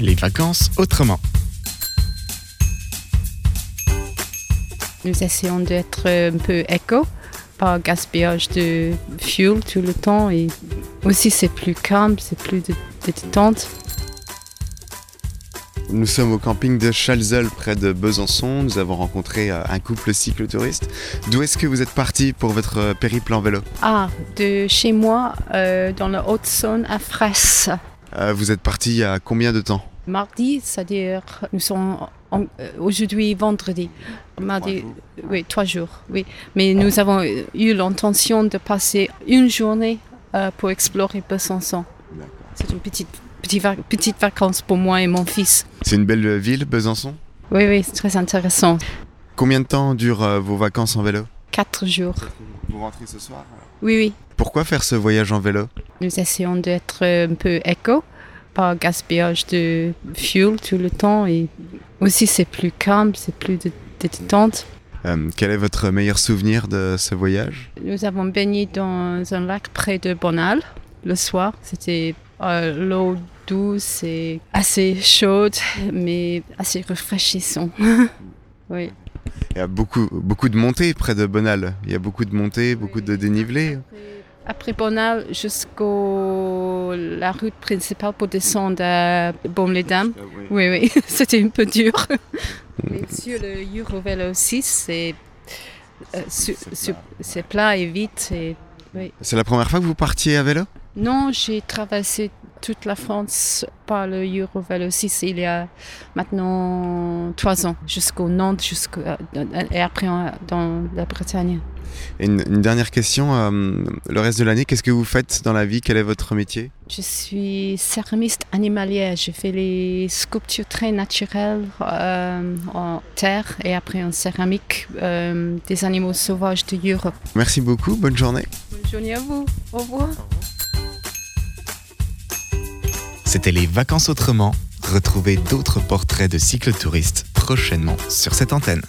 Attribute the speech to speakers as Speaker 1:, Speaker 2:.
Speaker 1: Les vacances autrement.
Speaker 2: Nous essayons d'être un peu éco, pas gaspillage de fuel tout le temps et aussi c'est plus calme, c'est plus de, de détente.
Speaker 3: Nous sommes au camping de Chalzel près de Besançon. Nous avons rencontré euh, un couple cyclotouriste. D'où est-ce que vous êtes parti pour votre euh, périple en vélo
Speaker 2: Ah, de chez moi, euh, dans la Haute-Saône, à Fraisse.
Speaker 3: Euh, Vous êtes parti il y a combien de temps
Speaker 2: Mardi, c'est-à-dire, nous sommes en- euh, aujourd'hui vendredi. Mardi, oui, trois jours, oui. Mais nous avons eu l'intention de passer une journée euh, pour explorer Besançon. C'est une petite, petite, vac- petite vacance pour moi et mon fils.
Speaker 3: C'est une belle ville, Besançon.
Speaker 2: Oui, oui, c'est très intéressant.
Speaker 3: Combien de temps durent euh, vos vacances en vélo
Speaker 2: Quatre jours.
Speaker 3: Vous rentrez ce soir. euh.
Speaker 2: Oui, oui.
Speaker 3: Pourquoi faire ce voyage en vélo
Speaker 2: Nous essayons d'être un peu éco, pas gaspillage de fuel tout le temps et aussi c'est plus calme, c'est plus de, de détente.
Speaker 3: Euh, Quel est votre meilleur souvenir de ce voyage
Speaker 2: Nous avons baigné dans un lac près de Bonal le soir. C'était euh, l'eau douce et assez chaude mais assez rafraîchissant. oui.
Speaker 3: Il y a beaucoup, beaucoup de montées près de Bonal. Il y a beaucoup de montées, beaucoup de dénivelé.
Speaker 2: Après Bonal jusqu'au la route principale pour descendre à Baume-les-Dames. Oui, Mm. oui, c'était un peu dur. Mais sur le Eurovelo 6, c'est euh, su- su- c'est plat et vite. et-
Speaker 3: C'est la première fois que vous partiez à vélo
Speaker 2: Non, j'ai traversé toute la France par le Eurovelo 6 il y a maintenant trois ans, jusqu'au Nantes, jusqu'au et après en- dans la Bretagne.
Speaker 3: Et une, une dernière question, euh, le reste de l'année, qu'est-ce que vous faites dans la vie Quel est votre métier
Speaker 2: Je suis céramiste animalière. Je fais les sculptures très naturelles euh, en terre et après en céramique euh, des animaux sauvages de Europe.
Speaker 3: Merci beaucoup, bonne journée.
Speaker 2: Bonne journée à vous. Au revoir.
Speaker 1: C'était Les vacances autrement. Retrouvez d'autres portraits de cyclotouristes prochainement sur cette antenne.